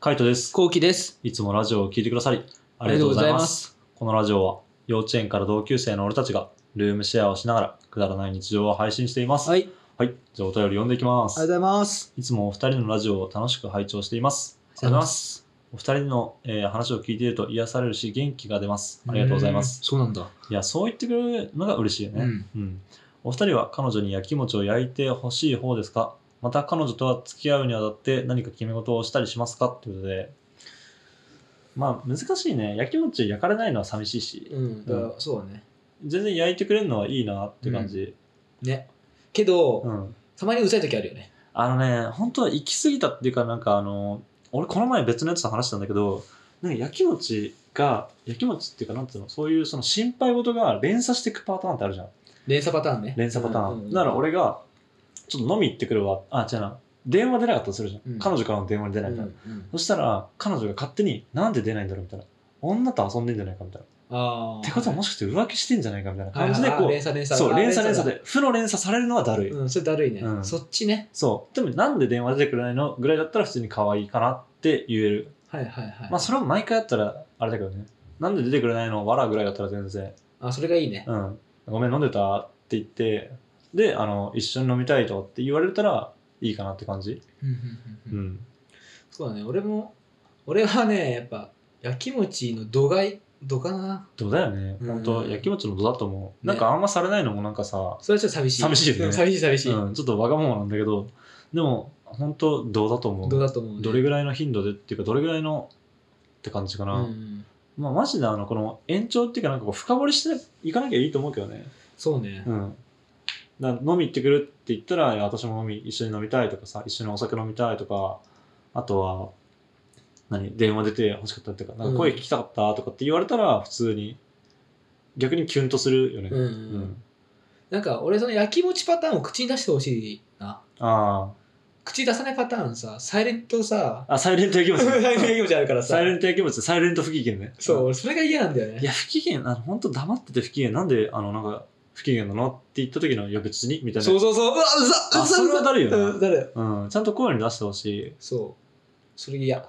カイトです。こうきです。いつもラジオを聞いてくださり、ありがとうございます。このラジオは、幼稚園から同級生の俺たちが、ルームシェアをしながら、くだらない日常を配信しています。。はいい、ありがじゃあお便り読んでいきまとうごす。ざいます。いつもお二人のラジオを楽しく拝聴しています。ありがとうございます。お二人の、えー話を聞いていると癒されるし、元気が出ます。ありがとうございますう。んそうなんだ。いや、そう言ってくれるのが嬉しいよね。うんお二人は彼女にやきもちを焼いてほしい方ですかまた彼女とは付き合うにあたって何か決め事をしたりしますかということで。まあ、難しいね。やきもち焼かれないのは寂しいし、うん、だからそうだね。全然焼いてくれるのはいいなって感じ。ね。けど、うん。たまにうざい時あるよね。あのね、本当は行き過ぎたっていうか、なんかあの、俺この前別のやつと話したんだけど、なんかやきもちが、やきもちっていうか、なんていうの、そういうその心配事が連鎖していくパターンってあるじゃん。連鎖パターンね。連鎖パターン、うんうんうんなら俺がちょっと飲み行ってくるわあ違うな電話出なかったとするじゃん、うん彼女からの電話に出ないみたいな、うんうんそしたら彼女が勝手になんで出ないんだろうみたいな女と遊んでんじゃないかみたいな、ああ。ってことはもしかして浮気してんじゃないかみたいな感じではいはいこあう連鎖連鎖。そうあ連鎖連鎖だで負の連鎖されるのはだるい、うん、それだるいね、うんそっちね。そうでもなんで電話出てくれないのぐらいだったら普通に可愛いかなって言える、はいはいはい。まあそれは毎回やったらあれだけどねなんで出てくれないのわらぐらいだったら全然あ、それがいいね。うん、ごめん飲んでたって言ってであの一緒に飲みたいとかって言われたらいいかなって感じ、うんうんうんううんん、そうだね。俺も、俺はね、やっぱ、やきもちの度外、度かな。どうだよねうん本当やきもちのどだと思う、なねんかあんまされないのもなんかさ、それはちょっと寂しい。寂しいよねうん寂しい寂しい。うん、ちょっとわがままなんだけどでも本当どうだと思う度だと思う、ね。どれぐぐらいの頻度でっていうかどれぐらいのって感じかな、うん。まあマジであのこの延長っていうかなんかこう深掘りしていかなきゃいいと思うけどねそうね。うん、だ飲み行ってくるって言ったらいや私も飲み一緒に飲みたいとかさ一緒にお酒飲みたいとかあとは何電話出て欲しかったとかなんか声聞きたかったとかって言われたら普通に逆にキュンとするよね、うんううんなんか俺そのやきもちパターンを口に出してほしいなあ口出さないパターンさサイレントさああサイレント焼き サイ物レントやきもちあるからさサイレント焼き物サイレント不機嫌ねそう俺それが嫌なんだいよねや不機嫌あの本当黙ってて不機嫌なんであのなんか不機嫌なのって言った時のいや別にみたいなそうそうそううわうざあうざそれはだるいよなうんだるいうん、ちゃんと声に出してほしい そうそれ嫌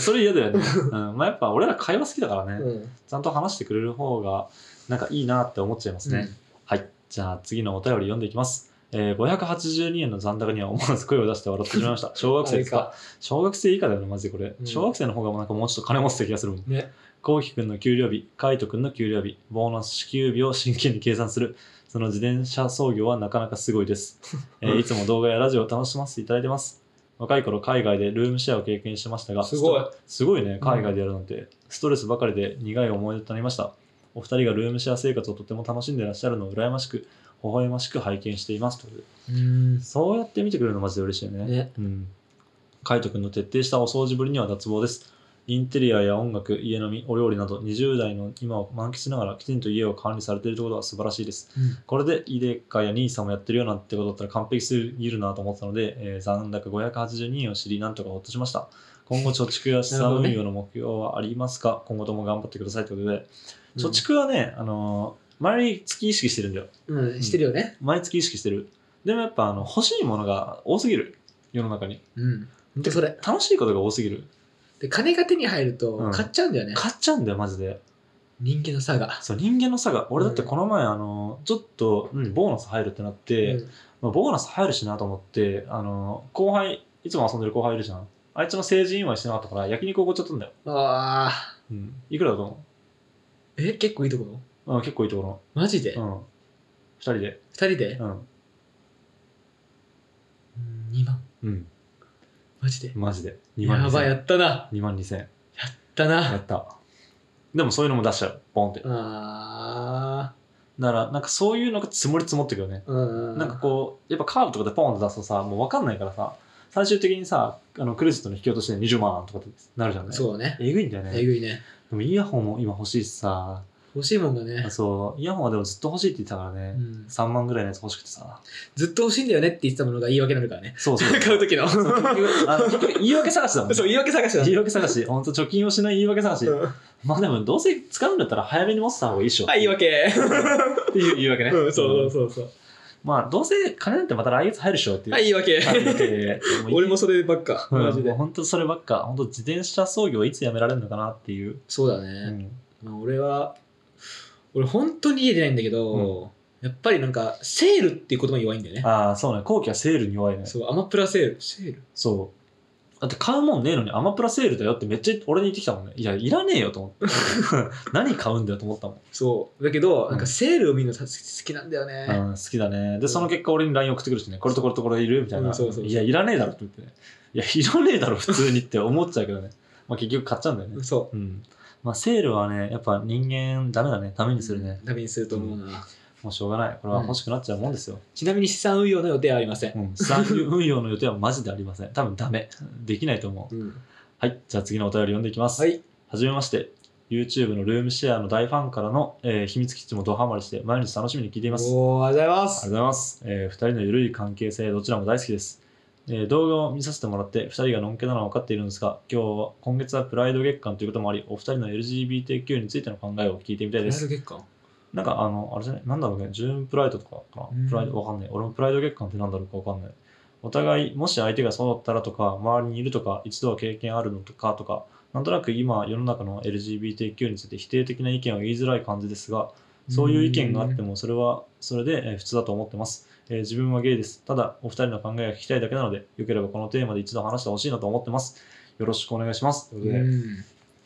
それ嫌だよね、うんまあ、やっぱ俺ら会話好きだからね、うんちゃんと話してくれる方がなんかいいなって思っちゃいますね、はいじゃあ次のお便り読んでいきますえー、582円の残高には思わず声を出して笑ってしまいました。小学生ですあれか小学生以下だよな、マジでこれ。うん小学生の方がなんかもうちょっと金持ってた気がするもん。ねこうきくんの給料日、カイトくんの給料日、ボーナス支給日を真剣に計算する。その自転車操業はなかなかすごい です。えーいつも動画やラジオを楽しませていただいてます。若い頃、海外でルームシェアを経験してましたが、すごいすごいね、海外でやるなんて、ストレスばかりで苦い思い出となりました。お二人がルームシェア生活をとても楽しんでらっしゃるのを羨ましく、微笑ましく拝見していますという。うんそうやって見てくれるのマジで嬉しいよね。ねうん。カイト君の徹底したお掃除ぶりには脱帽です。インテリアや音楽、家飲み、お料理など20代の今を満喫しながらきちんと家を管理されているところは素晴らしいです。これでイデカや兄さんもやってるよなんてことだったら完璧すぎるなと思ってたので、えー残高582円を知りなんとかほっとしました今後貯蓄や資産運用の目標はありますか、今後とも頑張ってくださいということで貯蓄はね、あのー毎月意識してるんだようんうんしてるよね毎月意識してるでもやっぱあの欲しいものが多すぎる世の中にうんほんとそれ楽しいことが多すぎるで金が手に入るうとん買っちゃうんだよね買っちゃうんだよマジで人間の差がそう人間の差が俺だってこの前、あのーちょっと、うん、ボーナス入るってなって、うんまあ、ボーナス入るしなと思って、あの、後輩、いつも遊んでる後輩いるじゃん。あいつの成人祝いしてなかったから、焼肉おごっちゃったんだよ。ああうん。いくらだと思え結構いいところううん、結構いいとこマジでろ。うん。二人で。二人でうん。 2万うん。マジでマジで。2万やばいや2000。ったな2万2000。だやなった。でもそういうのも出しちゃう。ボンって。あだから、なんかそういうのが積もり積もってくよね。ーうんなんかこう、やっぱカードとかでポンと出すとさ、もう分かんないからさ、最終的にさ、あのクレジットの引き落としで20万とかってなるじゃんね。う。そうねえぐいんだよえね。ぐいねでもイヤホンも今欲しいしさ、欲しいもんがねあ、そうイヤホンはでもずっと欲しいって言ってたからうね、ん、 3万ぐらいのやつ欲しくてさずっと欲しいんだよねって言ってたものが言い訳になるからね そうそう買う時のそう結そ局あの結局言い訳探しだもんねう言い訳探しなん言いだ訳探し本当貯金をしない言い訳探し、 うんまあでもどうせ使うんだったら早めに持ってた方がいいっしょはい言い訳っていう言い訳ね、 うんそうそうそうそうまあ、どうせ金なんてまた来月入るでしょっていう。あ、言い訳。はいわけで 俺もそればっか、うんマジもでう。本当そればっか本当自転車操業いつやめられるのかなっていう、そうだうね。ん、まあ俺は、俺本当に家出ないんだけど、やっぱりなんか、セールっていう言葉に弱いんだよね。ああそうね後期はセールに弱いねそうそう、アマプラセール。セールだって買うもんねえのにアマプラセールだよってめっちゃ俺に言ってきたもんねいやいらねえよと 思って何買うんだよと思ったもん、そう。だけど、んなんかセールを見るの好きなんだよね。うん、好きだねでその結果俺に LINE 送ってくるしねこれとこれとこれいるみたいな、うんそうそうそういやいらねえだろって言ってねいやいらねえだろ普通にって思っちゃうけどね、まあ、結局買っちゃうんだよねそう。うんまあセールはねやっぱ人間ダメだねダメにするね、ダメにすると思うな。もうしょうがないこれは欲しくなっちゃうもんですよ、ちなみに資産運用の予定はありません。 うん、資産運用の予定はマジでありません。多分ダメ。できないと思う。うんはい。じゃあ次のお便り読んでいきます。。はいい。じめまして。YouTube のルームシェアの大ファンからの、えー秘密基地もドハマりして毎日楽しみに聞いています。ありおー、ありがとうございまがとうす。ございます。え2人の緩い関係性、どちらも大好きです。えー動画を見させてもらって2人がのんけなのは分かっているんですが、今日は今月はプライド月間ということもあり、お二人の LGBTQ についての考えを聞いてみたいラでイすブ。月間なんかあの、あれじゃない、なんだろうね、ジューンプライドとかかうんな、プライドわかんない。俺もプライド月間ってなんだろうかわかんない。お互い、もし相手がそうだったらとか、周りにいるとか、一度は経験あるのとかとか、なんとなく今、世の中の LGBTQ について否定的な意見を言いづらい感じですが、そういう意見があっても、それはそれでえー普通だと思ってます。えー自分はゲイです。ただ、お二人の考えが聞きたいだけなので、よければこのテーマで一度話してほしいなと思ってます。よろしくお願いします。といううことでん。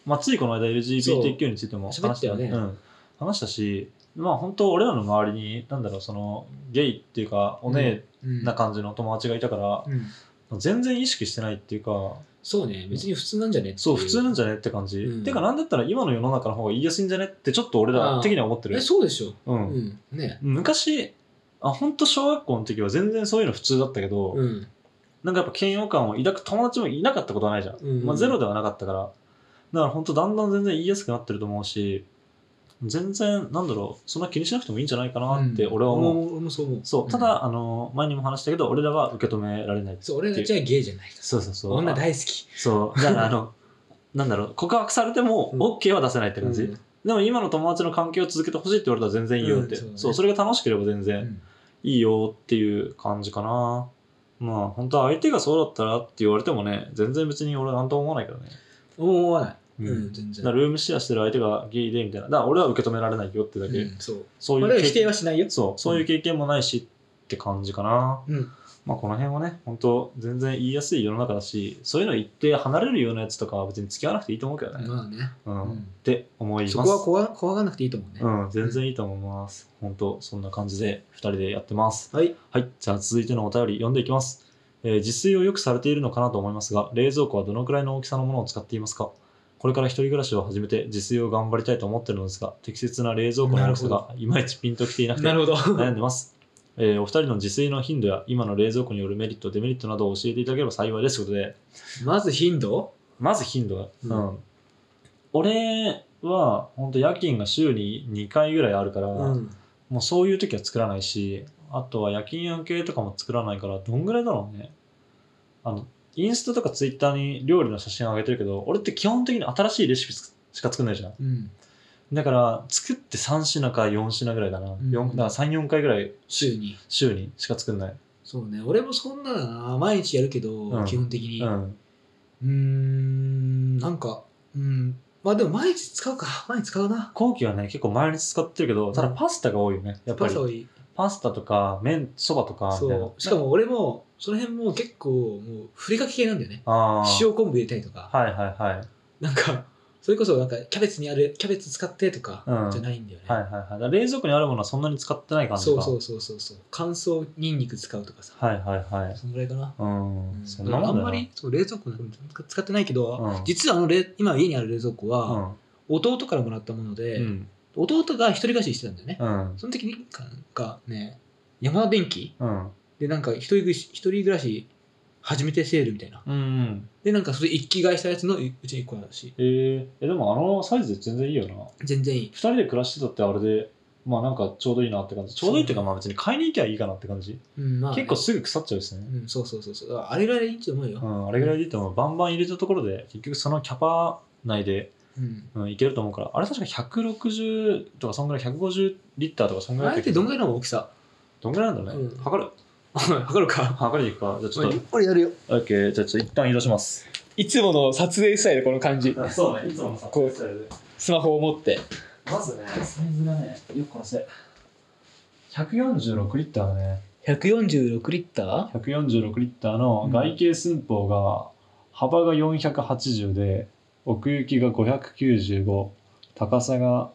まあ、ついこの間 LGBTQ についてもそう話した喋ったよねうん、話したし、まあ、本当俺らの周りになんだろうそのゲイっていうかお姉うんな感じの友達がいたから、うん全然意識してないっていうかそうね、別に普通なんじゃねっていそう普通なんじゃねって感じ、うんてかなんだったら今の世の中の方が言いやすいんじゃねってちょっと俺ら的には思ってるえ、、そうでしょ。う、うんん。ね。昔あ本当小学校の時は全然そういうの普通だったけど、うん。なんかやっぱ嫌悪感を抱く友達もいなかったことはないじゃん、うんまあ、ゼロではなかったからだから本当だんだん全然言いやすくなってると思うし全然なんだろうそんな気にしなくてもいいんじゃないかなって俺は思う、うん俺もそう思う。そうたん、だ、あの前にも話したけど俺らは受け止められないそう俺たちはゲイじゃないから。そうそうそう女あ大好き。そうだからあの なんだろう告白されてもうん OK は出せないって感じ、うんでも今の友達の関係を続けてほしいって言われたら全然いいよって、うんそうだねそうそれが楽しければ全然、うんいいよっていう感じかな。まあ本当は相手がそうだったらって言われてもね、全然別に俺は何とも思わないけどね。思わない。ううだん、全から然。ルームシェアしてる相手がゲイでみたいな。だから俺は受け止められないよってだけ。うんそう。そういう俺は経否定験はしないよ。そう、そういう経験もないしって感じかな。うん。まあこの辺はね、本当全然言いやすい世の中だし、そういうの言って離れるようなやつとかは別に付き合わなくていいと思うけどね。まあね。うん。うっんて思います。そこは怖が怖がらなくていいと思うね。うん、全然いいと思います。本当そんな感じで2人でやってます。はい。はい、じゃあ続いてのお便り読んでいきます。えー自炊をよくされているのかなと思いますが、冷蔵庫はどのくらいの大きさのものを使っていますかこれから一人暮らしを始めて自炊を頑張りたいと思ってるのですが、適切な冷蔵庫の大きさなるがいまいちピンときていなくてなるほど。悩んでます。えーお二人の自炊の頻度や今の冷蔵庫によるメリット、デメリットなどを教えていただければ幸いですということで、 まず頻度まず頻度が、ううんん。俺は本当夜勤が週に2回ぐらいあるから、うん。もうそういう時は作らないし、あとは夜勤用系とかも作らないから、どんぐらいだろうね。あの、インスタとかツイッターに料理の写真を上げてるけど、俺って基本的に新しいレシピしか作んないじゃん。うん。だから、作って3品か4品ぐらいだな。ん四だから3、4回ぐらい週に。週にしか作んない。そうね。俺もそんなだな。毎日やるけうど、ん基本的に。う。うんーん。なんか、うん。まあでも毎日使うか。毎日使うな。後期はね、結構毎日使ってるけど、ただパスタが多いよね。やっぱパりスタ。多い。パスタとか、麺、そばとかみたいなそ。うしかも俺もその辺も結構もうふりかけ系なんだよねああ。塩昆布入れたりとかはいはいはい。なんかそれこそなんかキャベツにあるキャベツ使ってとかうんじゃないんだよね、はいはいはい。だから冷蔵庫にあるものはそんなに使ってない感じか。そうそうそうそうそう乾燥にんにく使うとかさ、はいはいはい。そんぐらいかな、うん、うんそんなもんだよあんまりそう冷蔵庫なんか使ってないけど、うん実はあの冷今家にある冷蔵庫うはん弟からもらったもので、うん弟が一人暮らししてたんだよね、うんその時になんかね山田電機うんでなんか一人暮らし一人暮らし始めてセールみたいなうんでなんかそれ一気買いしたやつのうち1個あるしえー、えでもあのサイズで全然いいよな全然いい2人で暮らしてたってあれでまあなんかちょうどいいなって感じちょうどいいっていうかまあ別に買いに行きゃいいかなって感じ、うんまあね、結構すぐ腐っちゃうですねうん、そうそうそうそうだからあれぐらいでいいと思ううよ、んあれぐらいでいいと思うバンバン入れたところで結局そのキャパ内で、うんうん、いけると思うからあれ確か160とかそんぐらい150リッターとかそんぐらいあだれたってどんぐらいの大きさ どんぐらいなんだろうね、うん測る測るか。測りに行くかじゃあちょっ俺やるよ。と OK じゃあちょっと一旦移動しますいつもの撮影スタイル、この感じ。そうねいつものさこうスマホを持って。まずねサイズがねよくこなして146リッターね146リッター146リッターの外径寸法が幅が480で奥行きが595高さが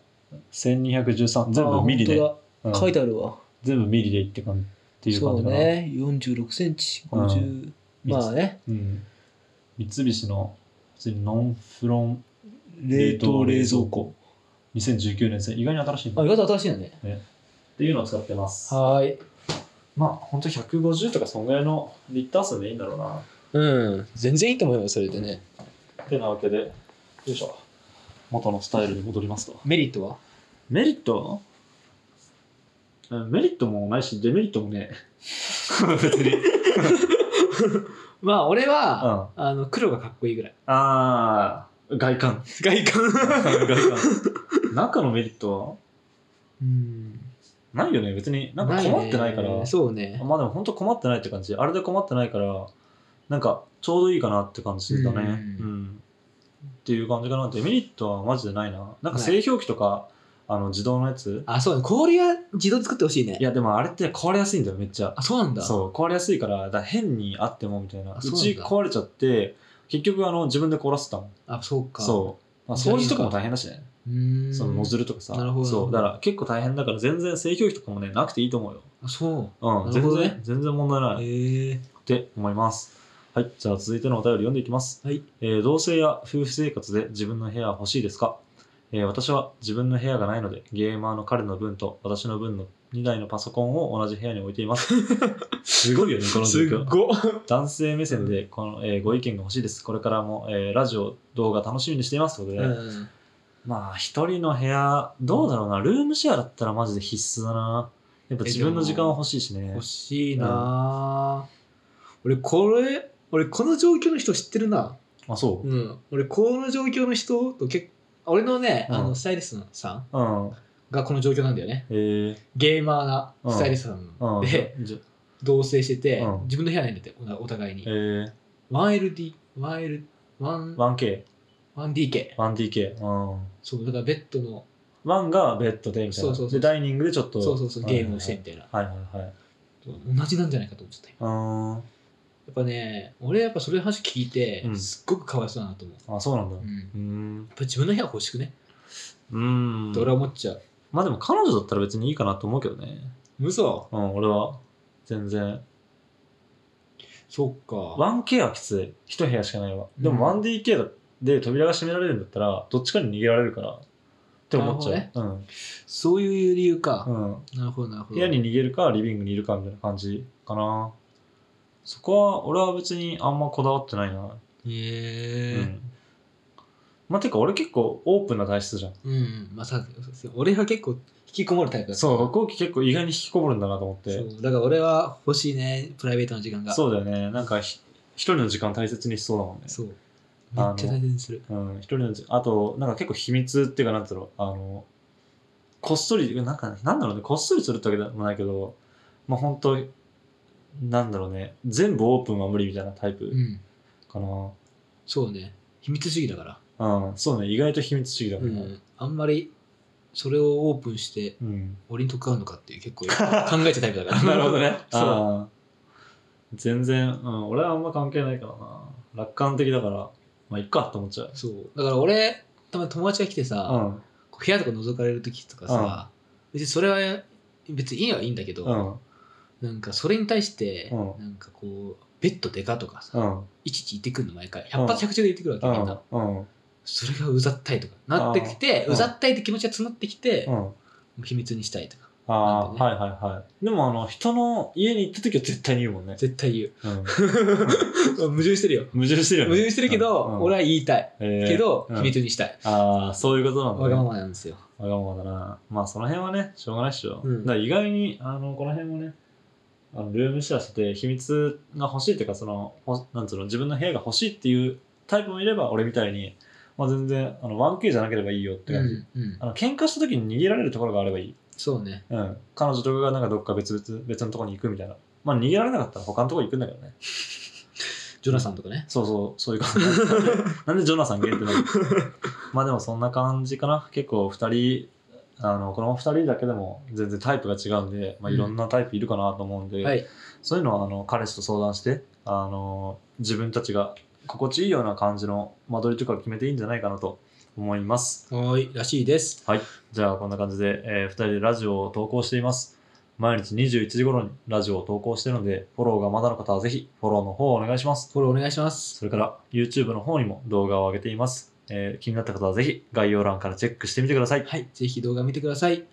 1213全部ミリで、あう本ん当だ書いてあるわ。全部ミリでいってかんっていうそ感うじかな、ね。46センチ、うん50。まあね。うん、三菱の普通にノンフロン冷凍冷蔵庫。 2019年製意外に新しいんだあ、っ意外と新しいよね。ていうのを使ってますはーい。まあほんと150とかそんぐらいのリッター数でいいんだろうなうん。全然いいと思うよ、それでね。てなわけでよいしょ元のスタイルに戻りますとメリットはメリットうんメリットもないしデメリットもね 別に、うん、まあ、俺あは、あの、黒がかっこいいぐらい。あー外観外観。外観 中のメリットうん。はないよね別になんか困ってないからねそうね。まあでも本当困ってないって感じあれで困ってないからなんかちょうどいいかなって感じだねううんん、っていう感じかなデメリットはマジでないななんか製氷機とか、あの自動のやつあ、そうね。氷は自動で作ってほしいね。いやでもあれって壊れやすいんだよめっちゃあ、そうなんだ。そう壊れやすいからだから変にあってもみたいなうあそうなんだち壊れちゃって結局あの自分で凍らせたもんあ、そうか。そう、まあ、掃除とかも大変だしねうーん。そのノズルとかさなるほどそうだから結構大変だから全然製氷機とかもねなくていいと思うよあ、そう。うん、なる全ほどね然全然問題ないへえって思います。はい、じゃあ続いてのお便り読んでいきます。はいえー同棲や夫婦生活で自分の部屋は欲しいですか、えー私は自分の部屋がないので、ゲーマーの彼の分と私の分の2台のパソコンを同じ部屋に置いています。すごいよね、この状すっ況。ご男性目線でこの、えーご意見が欲しいです。これからも、えーラジオ、動画楽しみにしていますということで、うんまあ、一人の部屋、どうだろうな、ルームシェアだったらマジで必須だな。やっぱ自分の時間は欲しいしね欲。しいな、ぁ俺これ俺この状況の人知ってるなあ、そう。うん俺この状況の人と結俺のね、うんあのスタイリストさんうん。がこの状況なんだよねえー、ゲーマーなスタイリストさんうん。で、じゃ同棲してて、うん自分の部屋にいるっておお互いに、えー、 1LD 1L 1 1K、 1DK 1DK。うん。そうだからベッドの1がベッドでみたいな。そうそうそうで、ダイニングでちょっと。そうそうそうはいゲはいームをしてみたいな、はいはいはい。同じなんじゃないかと思っちゃった今うやっぱね俺やっぱそれの話聞いて、うんすっごくかわいそうだなと思う、ーん。あ、そうなんだ。ううんーん。やっぱ自分の部屋欲しくね、うーん。ドラ思っちゃうまあでも彼女だったら別にいいかなと思うけどね。嘘うん、俺は。全然。そっか 1K はきつい。一部屋しかないわ。でもう 1DK だで扉が閉められるんだったら、どっちかに逃げられるから。って思っちゃう。なるうん。そういう理由か、うん。なるほどなるほど部屋に逃げるかリビングにいるかみたいな感じかなそこは俺は別にあんまこだわってないなうへえんまあてか俺結構オープンな体質じゃんうん、うん、まあさ俺は結構引きこもるタイプだからそう後期結構意外に引きこもるんだなと思ってそうだから俺は欲しいねプライベートの時間がそうだよねなんかひ一人の時間大切にしそうだもんねそうめっあのちゃ大切にするうん一人のじあとなんか結構秘密っていうかなんだろうあのこっそりなんかなんだろうねこっそりするってわけでもないけどまあ本当なんだろうね全部オープンは無理みたいなタイうプんかな、そうね秘密主義だから、うん、そうね、意外と秘密主義だうもんね。ん、あんまりそれをオープンしてうん。俺に得があるのかっていう結 構考えちゃうタイプだ からねそう全然、うん、俺はあんま関係ないからな。楽観的だから、まあ、いっかと思っちゃう。そうだから俺たまに友達が来てさ、うん。こう部屋とか覗かれる時とかさ、別にそれは別にいいはいいんだけど、うん。なんかそれに対して、うんなんかこうベッドでかとかさ、うん。いちいち言ってくるの毎回百発百中で言ってくるわけ、みんなうん。うん。それがうざったいとかなってきて、うんうざったいって気持ちが募ってきて、うもん。う秘密にしたいとかああー、なんかねはいはいはい。でも、あの、人の家に行った時は絶対に言うもんね。絶対言う うん。矛盾してるよ矛盾して るよね。矛盾してるけど、うんうん俺は言いたいえーけど、うん秘密にしたい、ああ、そういうことなんだ、ね。わがままなんですよわがままだな。まあその辺はね、しょうがないっしょ。うんだから意外に、あの、この辺もね、あのルームシェアしてて、秘密が欲しいっていうか、その、ほなんつうの、自分の部屋が欲しいっていうタイプもいれば、俺みたいに、まあ全然、あの、1K じゃなければいいよってう感じ。んうんあの喧嘩した時に逃げられるところがあればいい。そうね。うん、彼女とかがなんかどっか別々別のとこに行くみたいなまあ逃げられなかったら他のとこ行くんだけどねジョナサンとかね。そうそうそういう感じなんでジョナサン限定なの まあでもそんな感じかな結構2人あのこの2人だけでも全然タイプが違うんで、まあ、うんいろんなタイプいるかなと思うんで、はい。そういうのはあの彼氏と相談してあの自分たちが心地いいような感じの間取りとか決めていいんじゃないかなと思いますはーい。らしいです。じゃあこんな感じで、え2人でラジオを投稿しています。毎日21時頃にラジオを投稿しているので、フォローがまだの方はぜひフォローの方をお願いします。フォローお願いします。それから YouTube の方にも動画を上げています。えー気になった方はぜひ概要欄からチェックしてみてください。はい。ぜひ動画見てください。